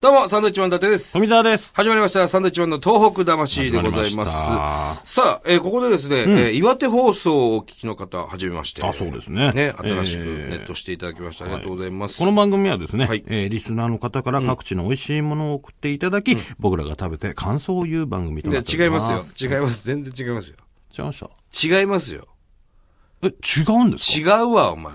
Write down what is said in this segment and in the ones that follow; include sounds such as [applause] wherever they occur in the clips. どうも、サンドウィッチマン伊達です。富澤です。始まりました。サンドウィッチマンの東北魂でござい始ままりす。まさあ、えーここでですね、えー岩手放送をお聞きの方、はじめまして。あそうですねね、新しくネえーットしていただきました。ありがとうございます。この番組はですね、はいえーリスナーの方から各地の美味しいものを送っていただき、僕らが食べて感想を言う番組といなやっており違いまます。すよ。。違います。全然違いますよ。違いました。違いますよ。え、違うんですか違うわ、お前。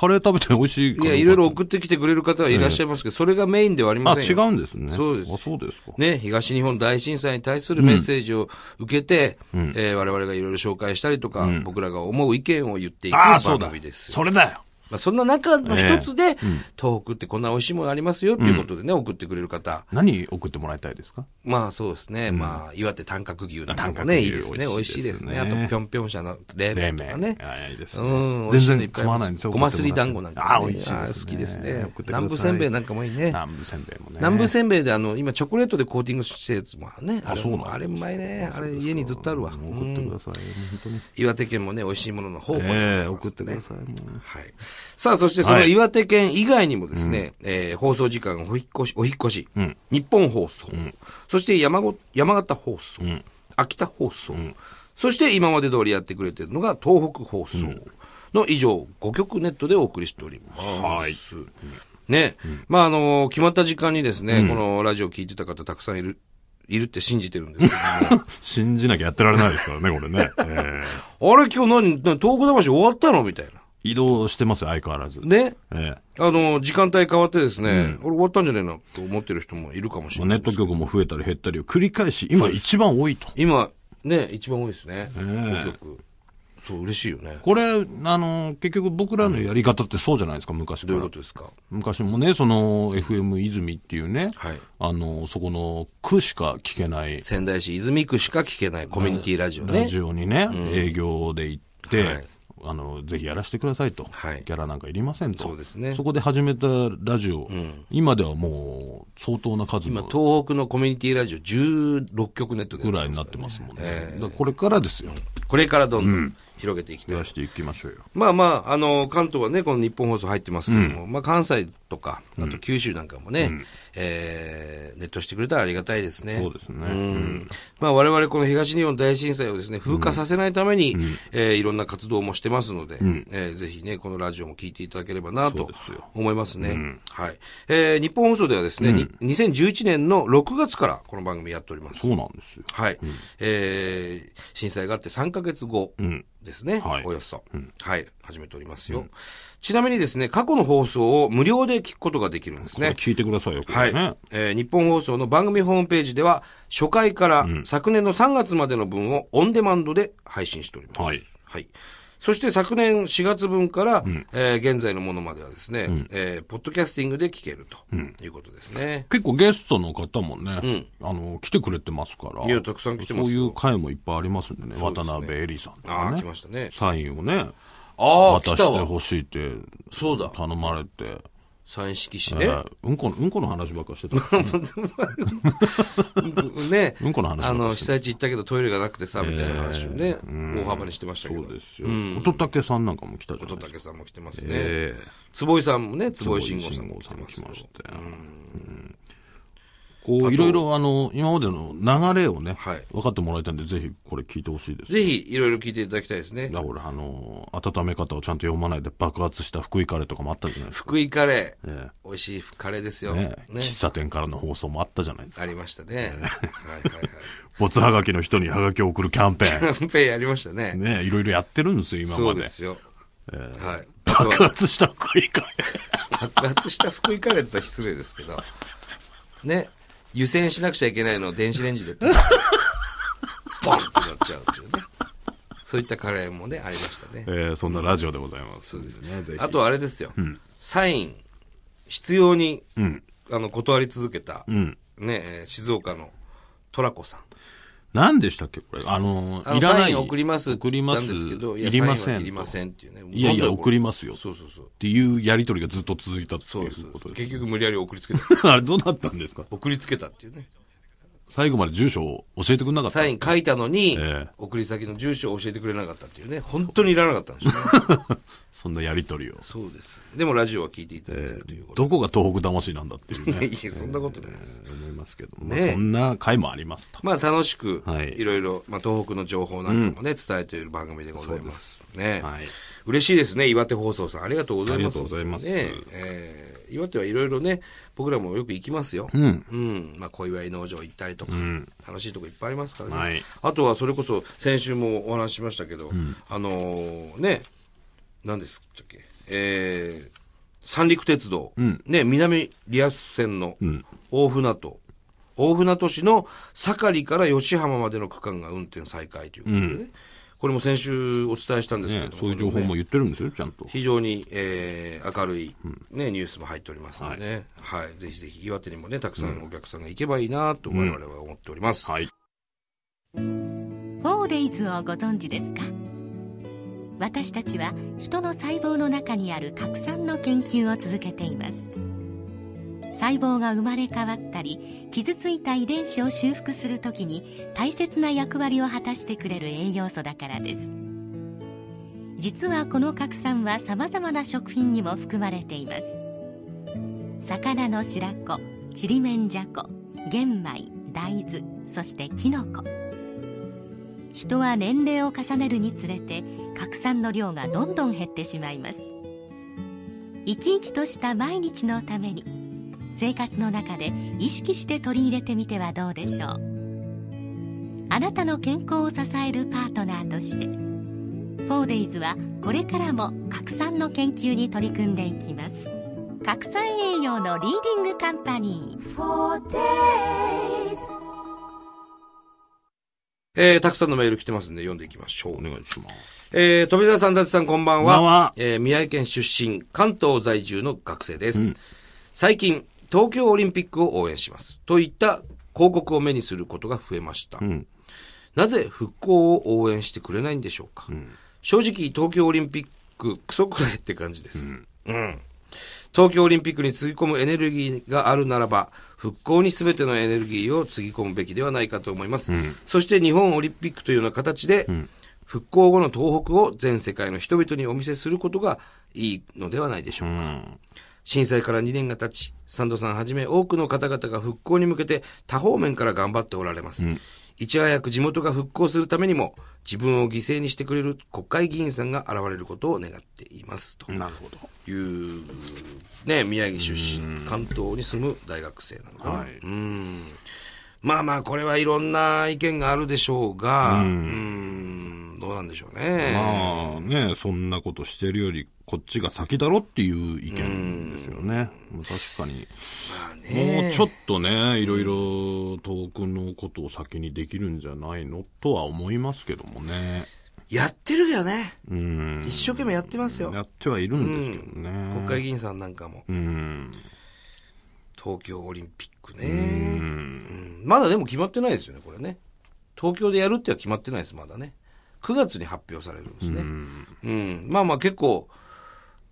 カレー食べて美味しいかいらや、いろいろ送ってきてくれる方はいらっしゃいますけど、それがメインではありまあ、せん違よ。うんですね。そうですあ、そうですか。ね、東日本大震災に対するメッセージを受けて、えー我々がいろいろ紹介したりとか、僕らが思う意見を言っていくああ、番そうだ組で。すよ。それだよ。まあ、そんな中の一つで、東北ってこんな美味しいものありますよっていうことでね、送ってくれる方。何送ってもらいたいですかまあそうですね。まあ、岩手短角牛なんかも短角ね、牛いいですね。美味しいですね。あと、ぴょんぴょん社の冷冷麺と麺。かね。あいいですねうん、全然構わないんですよ。ごますり団子なんか、ね。あ、美味しいです、ね。あ好きですね送。ってください南部せんべいなんかもいいね。南部せんべいもね。南部せんべいで、あの、今、チョコレートでコーティングしてるやつもあるね。あれそうなんですあれうまいね。あれ、家にずっとあるわ。もう送ってください。本当に。岩手県もね、美味しいものの宝庫でございますええ送ってくださいもうはい。さあ、そしてそのはい岩手県以外にもですね、えー放送時間お引っ越し、お引っ越し、日本放送、そして山ご山形放送、秋田放送、そして今まで通りやってくれてるのが東北放送の以上5曲ネットでお送りしております。はいね、まあ、あの決まった時間にですね、このラジオ聞いてた方たくさんいる、いるって信じてるんですけども、 [laughs] [laughs] 信じなきゃやってられないですからね、これね。ええあれ今日何、何東北魂終わったのみたいな。移動してますよ、相変わらず。ね。ええあの、時間帯変わってですね、俺終わったんじゃないのと思ってる人もいるかもしまれなあネいッ。ト局も増えたり減ったりを繰り返し、今一番多いと。今、ね、一番多いですね。結局そう、嬉しいよね。これ、あの、結局僕らのやり方ってそうじゃないですか、昔かどういうらこ。とですか昔もね、その、FM 泉っていうね、はいあの、そこの区しか聞けない仙台市泉区しか聞けないコミュニティラジオね。ラジオにね、営業で行って、はいあの、ぜひやらせてくださいと。はいギャラなんかいりませんと。そうですねそこで始めたラジオ、今ではもう相当な数今、の東北のコミュニティラジオ16局ネットでぐ。らいになってますもんね。だからこれからですよ。これからどんどん広げていきたい増やしていきましょうよ。まあまあ、あの、関東はね、この日本放送入ってますけども、まあ関西とか、あと九州なんかもね、えーネットしてくれたらありがたいですね。そうですねんうまあ我々この東日本大震災をですね、風化させないために、えーいろんな活動もしてますので、えーぜひね、このラジオも聞いていただければなそうとですよ思いますね。はい。えー日本放送ではですね、に2011年の6月からこの番組やっております。そうなんですよ。はい。えー震災があって3ヶ月後ですね。はいおよそ、はい。始めておりますよ、ちなみにですね、過去の放送を無料で聞くことができるんですこれね。聞いてくださいよ、こはれいね。。えー日本放送の番組ホームページでは、初回から昨年の3月までの分をオンデマンドで配信しております。はい。はい。そして昨年4月分から、えー現在のものまではですね、えーポッドキャスティングで聞けるということですね。結構ゲストの方もね、あの、来てくれてますから。いやたくさん来てますよそういう回もいっぱいありますんでね。渡辺恵里さんとあかあ、ね来。ましたね。サインをね、ああ、渡来したてわ。ほしいって、そうだ。頼まれて。三色市えね。うんこの、うんこの話ばっかしてた。ね。うんこの話ばっかあの、して被災地行ったけどトイレがなくてさ、みたいな話をね、大幅にしてましたけそど。うですよ。 [laughs] 乙武さんなんかも来たじゃない乙です武さか。んも来てますね。ええ坪井さんもね、坪井慎吾さん信も号来てさんます来よ。ましたよ。こう、いろいろあの、今までの流れをね、はい分かってもらいたいんで、ぜひこれ聞いてほしいです。ぜひ、いろいろ聞いていただきたいですね。だからあの、温め方をちゃんと読まないで爆発した福井カレーとかもあったじゃないですか。福井カレーえ。美味しいカレーですよ。ねね。喫茶店からの放送もあったじゃないですあか。りましたね。はいはいはい。没はがきの人にはがきを送るキャン [laughs] ペーキャンペーンやりましたねン。。ねいろいろやってる [laughs] んですよ、今そまうでで。すよ。はい。あと爆は発した福井カレ爆発した福井カレーって言ったら失礼ですけど、ね、湯煎しなくちゃいけないのを電子レンジで、ボンってなっちゃうっていうね。そういったカレーもね、ありましたね。ー。えーそんなラジオでございます。そうですね、あとあれですよ、サイン、必要に、あの断り続けた、ね、えー静岡のトラコさん。何でしたっけこれ。あのあのいらなサイい。ン送りますって送言りっまたす。んですけど、いやいりまサインせはん。いりませんっていうね。いやいや、送りまますよ。っそうそうそう。ていうやりとりがずっと続いたってそういですうことです。結局無理やり送りつけた。あれどうなったんですか送りつけたっていうね。最後まで住所を教えてくれなかったサ。イン書いたのに、ええ送り先の住所を教えてくれなかったっていうね、本当にいらなかったんですよね。[laughs] そんなやりとりを。そうです。でもラジオは聞いていただいてるということ。どこが東北魂なんだっていうね。 [laughs] いやいやそんなことないですえー思いますけど、ねえまあ、そんな回もありますと。まあ楽しく、はいいろいろ、まあ東北の情報なんかもね、伝えている番組でございます。ね、はい嬉しいですね、岩手放送さん。ありがとうございます。ありがとうございますねえー岩手はいろいろね、僕らもよく行きますよ。うん。うん。まあ小祝農場行ったりとか、楽しいとこいっぱいありますからね。はいあとはそれこそ、先週もお話ししましたけど、あのーね、何ですっけ、えー、三陸鉄道、ね、南リアス線の大船渡、大船渡市の盛りから吉浜までの区間が運転再開ということでね、これも先週お伝えしたんですけねども、そういう情報も言ってるんですよ、ちゃんと。非常に、えー明るい、ね、ニュースも入っておりますのでね、はいぜひぜひ岩手にもねたくさんお客さんが行けばいいなと我々は思っております、はい。フォーデイズをご存知ですか私たちは人の細胞の中にある核酸の研究を続けています細胞が生まれ変わったり傷ついた遺伝子を修復するときに大切な役割を果たしてくれる栄養素だからです実はこの核酸はさまざまな食品にも含まれています魚の白子ちりめんじゃこ玄米大豆そしてきのこ人は年齢を重ねるにつれて核酸の量がどんどん減ってしまいます生き生きとした毎日のために生活の中で意識して取り入れてみてはどうでしょうあなたの健康を支えるパートナーとして 4days はこれからも核酸の研究に取り組んでいきます核酸栄養のリーディングカンパニーえーたくさんのメール来てますんで読んでいきましょうお願いします。えー、富澤さん、達さん、こんばんは。こんばんはえー宮城県出身、関東在住の学生です。最近、東京オリンピックを応援します。といった広告を目にすることが増えました。んなぜ復興を応援してくれないんでしょうか。正直、東京オリンピック、クソくらいって感じです。うん東京オリンピックにつぎ込むエネルギーがあるならば、復興に全てのエネルギーをつぎ込むべきではないかと思います。そして日本オリンピックというような形で、復興後の東北を全世界の人々にお見せすることがいいのではないでしょうか。うん。震災から2年が経ち、サンドさんはじめ多くの方々が復興に向けて多方面から頑張っておられます。いち早く地元が復興するためにも、自分を犠牲にしてくれる国会議員さんが現れることを願っています。となるほど。いう、ね、宮城出身、関東に住む大学生なのかな。はいうんまあまあ、これはいろんな意見があるでしょうが、うんどうなんでしょうね。まあね、そんなことしてるより、こっちが先だろっていう意見ですよね。まあ確かに。もうちょっとね、いろいろ遠くのことを先にできるんじゃないのとは思いますけどもね。やってるよね。うん。一生懸命やってますよ。やってはいるんですけどね。国会議員さんなんかも、うん。東京オリンピックね、うんまだでも決まってないですよね、これね。東京でやるっては決まってないです、まだね。9月に発表されるんですね。うん。まあまあ結構、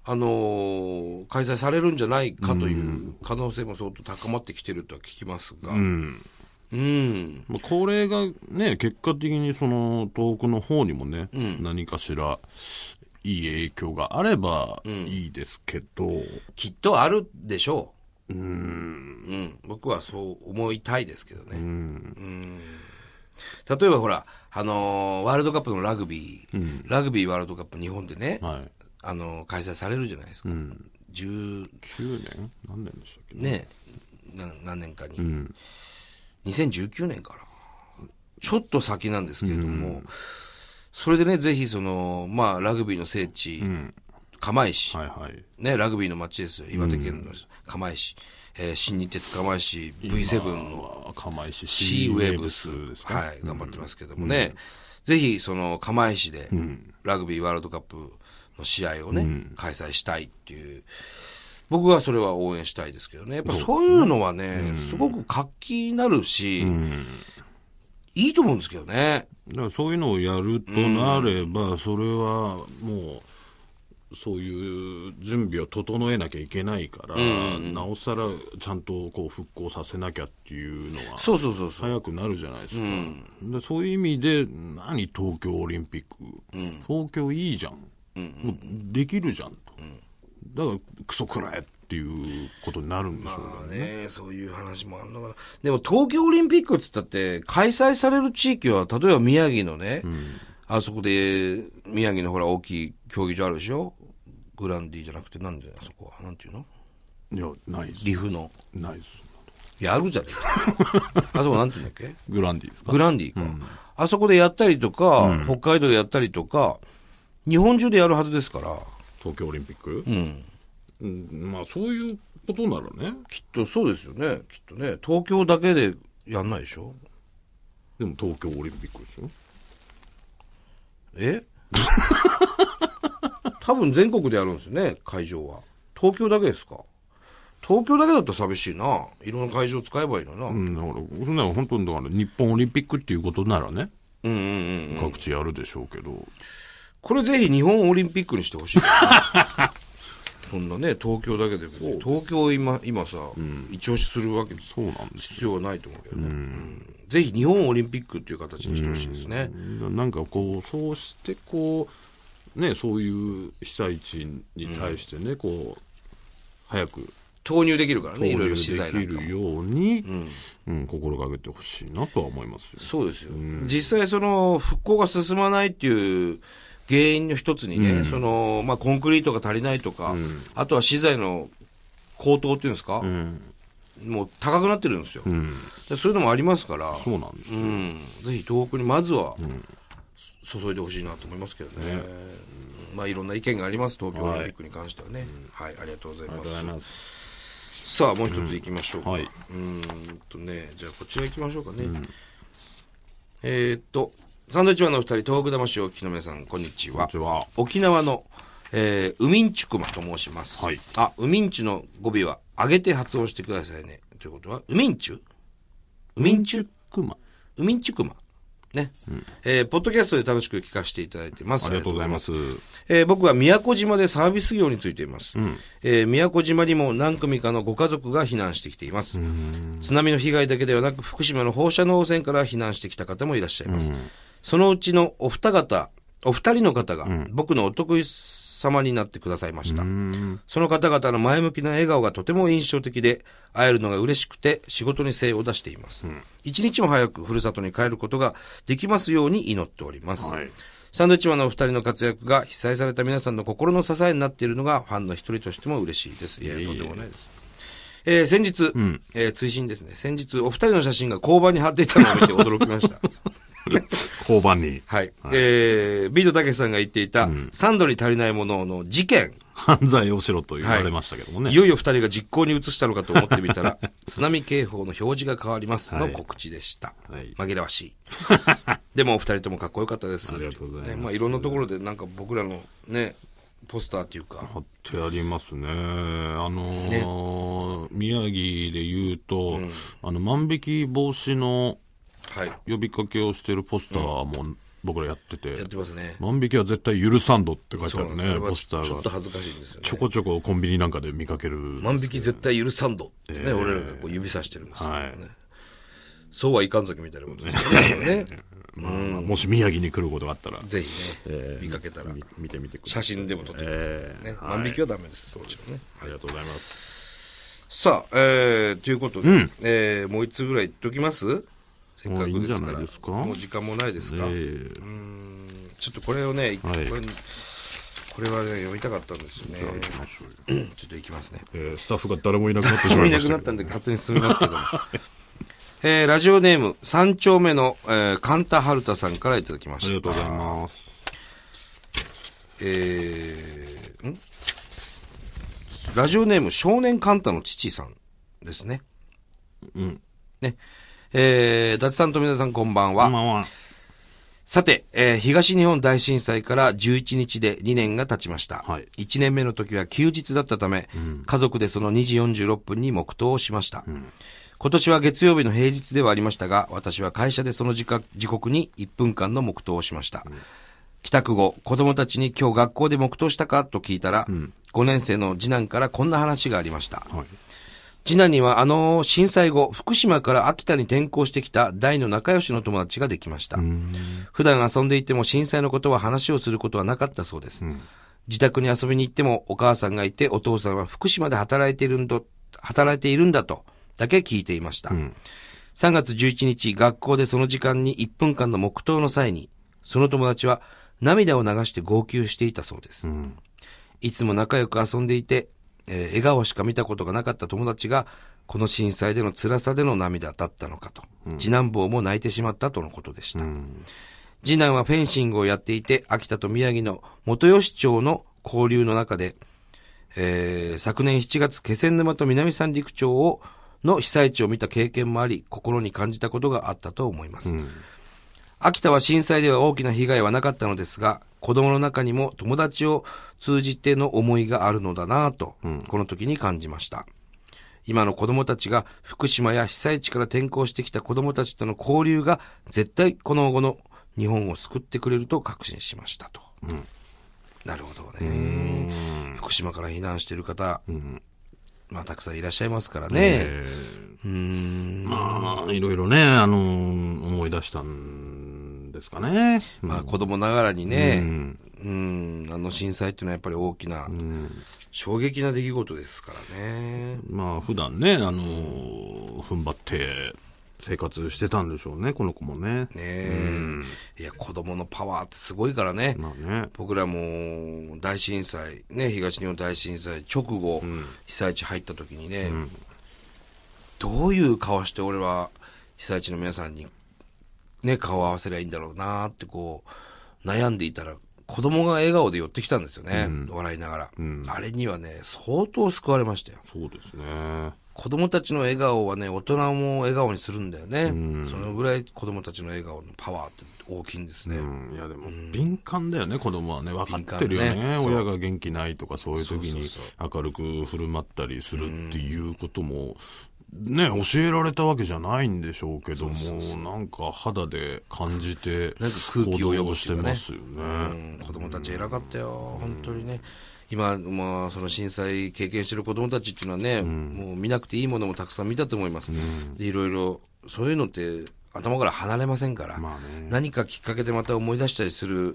あのー開催されるんじゃないかという可能性も相当高まってきてるとは聞きますが。うん。うん。まあ、これがね、結果的にその東北の方にもね、何かしらいい影響があればいいですけど、きっとあるでしょう。うん。僕はそう思いたいですけどね。うん例えばほら、あのーワールドカップのラグビー、ラグビーワールドカップ日本でね、はい。あのー開催されるじゃないですか。10 9年何年でしたっけね、な何年かに、2019年かな。ちょっと先なんですけれども、それでね、ぜひその、まあ、ラグビーの聖地、釜石、はいはい。ね、ラグビーの街ですよ。岩手県の釜石、えー新日鉄釜石、V7 のは釜石 C ウェブスです、か。はい、頑張ってますけどもね、ぜひ、その、釜石で、ラグビーワールドカップの試合をね、開催したいっていう、僕はそれは応援したいですけどね。やっぱそういうのはね、すごく活気になるし、いいと思うんですけどね。だからそういうのをやるとなれば、それはもう、そういう準備を整えなきゃいけないから、なおさらちゃんとこう復興させなきゃっていうのはそうそうそうそう。早くなるじゃないですか、でそういう意味で何東京オリンピック、東京いいじゃん、もうできるじゃんと、だからクソくらえっていうことになるんでしょうけどまあね、ね、そういう話もあるのかな。でも東京オリンピックって言ったって、開催される地域は、例えば宮城のね、あそこで、宮城のほら大きい競技場あるでしょグランディじゃなくて、なんで、あそこは、なんていうのいやないですリフの。ないですいやあるじゃない [laughs] あそこなんていうんだっけグランディですかグランディか。あそこでやったりとか、北海道でやったりとか、日本中でやるはずですから。東京オリンピック、うん。うんまあそういうことならねきっとそうですよね。きっとね。東京だけでやんないでしょでも東京オリンピックですよえ [laughs] 多分全国でやるんですよね、会場は。東京だけですか東京だけだったら寂しいな。いろんな会場使えばいいのにな。ううんん、だから、そんなの本当にだから、日本オリンピックっていうことならね、うんうん。各地やるでしょうけど、これぜひ日本オリンピックにしてほ [laughs] しいな。そんなね、東京だけで別に東京を今、今さ、一押しするわけですそうなんです。必要はないと思うけどね。うんぜひ日本オリンピックっていう形にしてほしいですね。なんかこう、そうして、こう、ね、そういう被災地に対してね、こう、早く投入できるからね、いろい交流ろで資材きなんかもるように、うん、心がけてほしいなとは思いますよ。そうですよ。実際その復興が進まないっていう原因の一つにね、その、まあ、コンクリートが足りないとか、あとは資材の高騰っていうんですか、うん、もう高くなってるんですよ。うん、でそういうのもありますから、そうなんですう。ん、ぜひ東北にまずは、そ注いでほしいなと思いますけどね。まあ、いろんな意見があります、東京オリンピックに関してはね。はい、ありがとうございありがとうございまます。す。さあ、もう一つ行きましょうか。はい。うーんとね、じゃあこちら行きましょうかね。えーっと、サンドウィッチマンのお二人、東北魂をお聞きの皆さん、こんにちこんはに。ちは。沖縄の、えー、ウミンチュクマと申します。はいあ、ウミンチュの語尾は、上げて発音してくださいね。ということは、ウミンチュウミンチュくま。ウミンチュクマ。ね。えーポッドキャストで楽しく聞かせていただいてます。ありがとうございます。えー僕は宮古島でサービス業についています。えー宮古島にも何組かのご家族が避難してきています。津波の被害だけではなく、福島の放射能汚染から避難してきた方もいらっしゃいます。そのうちのお二方、お二人の方が、僕のお得意様になってくださいました。その方々の前向きな笑顔がとても印象的で、会えるのが嬉しくて仕事に精を出しています。一日も早くふるさとに帰ることができますように祈っております。はいサンドウィッチマンのお二人の活躍が被災された皆さんの心の支えになっているのがファンの一人としても嬉しいです。いや、とんでもないです。えー先日、えー追伸ですね。先日、お二人の写真が交番に貼っていたのを見て驚きま [laughs] した。交番に。はい。えー、ビートたけしさんが言っていた、サンドに足りないものの事件、犯罪をしろと言われましたけどもね。いよいよ二人が実行に移したのかと思ってみた [laughs] ら、津波警報の表示が変わりますの告知でした。はい紛らわ [laughs] しい。でもお二人ともかっこよかったです。ありがとうございますねまあいろんなところでなんか僕らのね、ポスターっていうか、貼ってありますね。あのー宮城で言うと、あの、万引き防止のはい。呼びかけをしてるポスターも僕らやってて、やってますね。万引きは絶対許さんどって書いてそあうなんですよるね、ポスタちょーっとが。恥ずかしいんですよね。ちょこちょこコンビニなんかで見かける。万引き絶対許さんどってね、俺らがこう指さしてるんですよね。はいそうはいかんぞきみたいなことですよ [laughs] ね。ねまあまあもし宮城に来ることがあったら、ぜひね、見かけたらみ、見てみてくださ写い。真でも撮ってくださいえね。ー万引きはダメです、もちろんね。ありがとうございます。さあ、えー、ということで、えーもう一つぐらい言っときますせっかくですかもういいんじゃら。ないですかもう時間もないですえか、ーちょっとこれをね、一個はいこれこれはね、読みたかったんですよね。行きましょうよ [clears throat] ちょっといきますね。えースタッフが誰もいなくなってしもまういいまなしくたなっけたど。んで勝手に進みますけども。 [laughs] えー、ラジオネーム、三丁目の、えー、カンタハルタさんからいただきました。ありがとうございます。えーんラジオネーム少年カンタの父さんですね。うん。ね。えー、伊達さんと皆さんこんばんは。こんばんは。さて、えー東日本大震災から11日で2年が経ちました。はい1年目の時は休日だったため、家族でその2時46分に黙祷をしました。今年は月曜日の平日ではありましたが、私は会社でその時間時刻に1分間の黙祷をしました。帰宅後、子供たちに今日学校で黙祷したかと聞いたら、5年生の次男からこんな話がありました。はい。次男にはあの震災後、福島から秋田に転校してきた大の仲良しの友達ができました。普段遊んでいても震災のことは話をすることはなかったそうです。自宅に遊びに行ってもお母さんがいてお父さんは福島で働いているんだ、働いているんだとだけ聞いていました。3月11日、学校でその時間に1分間の黙祷の際に、その友達は涙を流して号泣していたそうです。いつも仲良く遊んでいて、えー笑顔しか見たことがなかった友達が、この震災での辛さでの涙だったのかと、次男坊も泣いてしまったとのことでした。次男はフェンシングをやっていて、秋田と宮城の元吉町の交流の中で、えー昨年7月、気仙沼と南三陸町を、の被災地を見た経験もあり、心に感じたことがあったと思います。秋田は震災では大きな被害はなかったのですが、子供の中にも友達を通じての思いがあるのだなぁと、この時に感じました。今の子供たちが福島や被災地から転校してきた子供たちとの交流が絶対この後の日本を救ってくれると確信しましたと。なるほどね。福島から避難している方、まあたくさんいらっしゃいますからね。うーんまあ、いろいろね、あのー思い出したんですかね。まあ子供ながらにね、うん、あの震災っていうのはやっぱり大きな、衝撃な出来事ですからね。まあ、普段ね、あのー踏ん張って生活してたんでしょうね、この子もね。ねえ。いや、子供のパワーってすごいからね。まあね。僕らも大震災、ね、東日本大震災直後、被災地入った時にね、どういう顔して俺は被災地の皆さんに、ね、顔を合わせりゃいいんだろうなってこう、悩んでいたら、子供が笑顔で寄ってきたんですよね、笑いながら、あれにはね、相当救われましたよ。そうですね。子供たちの笑顔はね、大人も笑顔にするんだよね。そのぐらい子供たちの笑顔のパワーって大きいんですね。うん、いやでも、敏感だよね、子供はね。分かってるよね敏感ねそう親が元気ないとか、そういう時そうにそう明るく振る舞ったりするっていうことも、ね、教えられたわけじゃないんでしょうけども、なんか肌で感じて、なんか空気を行読動むっしていてうかねますよね。うん子供たち偉かったよ、本当にね。今、まあ、その震災経験してる子供たちっていうのはね、もう見なくていいものもたくさん見たと思います。で、いろいろ、そういうのって頭から離れませんから、まあね何かきっかけでまた思い出したりする、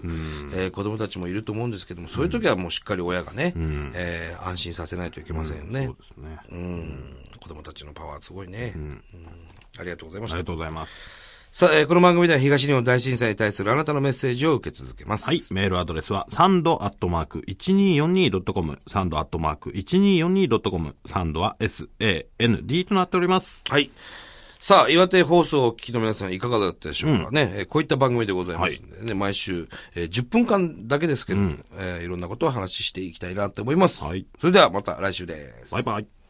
えー子供たちもいると思うんですけども、そういう時はもうしっかり親がね、えー安心させないといけませんよね。そうですね。あうん、子供たちのパワーすごいね、うんありがとうございましりたが。とうございます。さあ、えーこの番組では東日本大震災に対するあなたのメッセージを受け続けます。はい。メールアドレスは、サンドアットマーク 1242.com、サンドアットマーク 1242.com、サンドは SAND となっております。はい。さあ、岩手放送をお聞きの皆さんいかがだったでしょうかね。えーこういった番組でございますんでね、毎週、えー10分間だけですけども、えーいろんなことを話ししていきたいなと思います。はいそれではまた来週です。バイバイ。